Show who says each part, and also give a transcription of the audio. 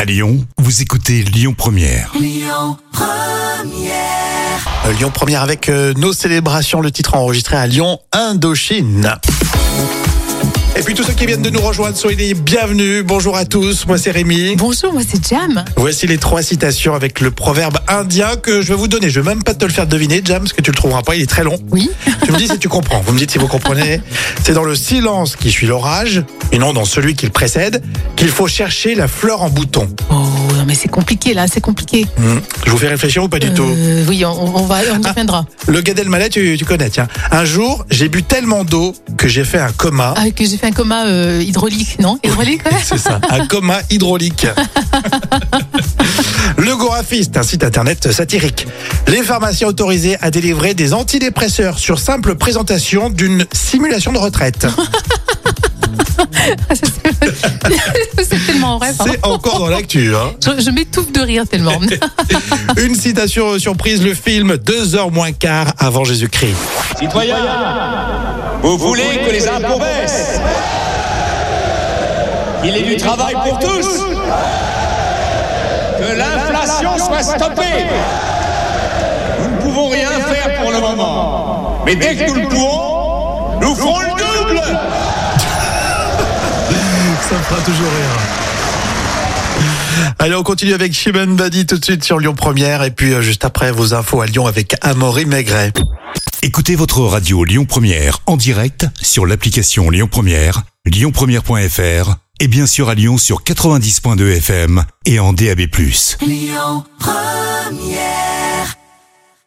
Speaker 1: À Lyon, vous écoutez Lyon Première.
Speaker 2: Euh, Lyon Première avec euh, nos célébrations, le titre enregistré à Lyon, Indochine. Et puis tous ceux qui viennent de nous rejoindre, soyez les bienvenus. Bonjour à tous, moi c'est Rémi.
Speaker 3: Bonjour, moi c'est Jam.
Speaker 2: Voici les trois citations avec le proverbe indien que je vais vous donner. Je vais même pas te le faire deviner, Jam, parce que tu le trouveras pas, il est très long.
Speaker 3: Oui.
Speaker 2: Tu me dis si tu comprends. Vous me dites si vous comprenez. C'est dans le silence qui suit l'orage, et non dans celui qui le précède, qu'il faut chercher la fleur en bouton.
Speaker 3: Oh, non, mais c'est compliqué là, c'est compliqué.
Speaker 2: Hmm. Je vous fais réfléchir ou pas du tout Ah.
Speaker 3: Euh, oui, on, on va, on y reviendra.
Speaker 2: Le Gad Elmaleh, tu, tu connais, tiens. Un jour, j'ai bu tellement d'eau que j'ai fait un coma.
Speaker 3: Ah, que j'ai fait un coma euh, hydraulique, non Hydraulique, ouais.
Speaker 2: C'est ça, un coma hydraulique. Le Gorafi, c'est un site internet satirique. Les pharmaciens autorisés à délivrer des antidépresseurs sur simple présentation d'une simulation de retraite.
Speaker 3: Ah, ça, c'est- c'est tellement vrai. pardon.
Speaker 2: C'est encore dans l'actu. hein.
Speaker 3: Je, je m'étouffe de rire tellement.
Speaker 2: Une citation surprise, le film 2h moins quart avant Jésus-Christ.
Speaker 4: Citoyens, vous, voulez, que les impôts baissent Qu'il y ait du travail pour tous Que l'inflation soit stoppée Nous ne pouvons rien faire pour le moment. Mais dès que nous le pourrons, nous ferons le double
Speaker 2: Ça me fera toujours rire. Allez, on continue avec Shimon Badi tout de suite sur Lyon Première et puis euh, juste après vos infos à Lyon avec Amaury Maigret.
Speaker 1: Écoutez votre radio Lyon Première en direct sur l'application Lyon Première, lyonpremière.fr et bien sûr à Lyon sur 90.2 FM et en DAB+.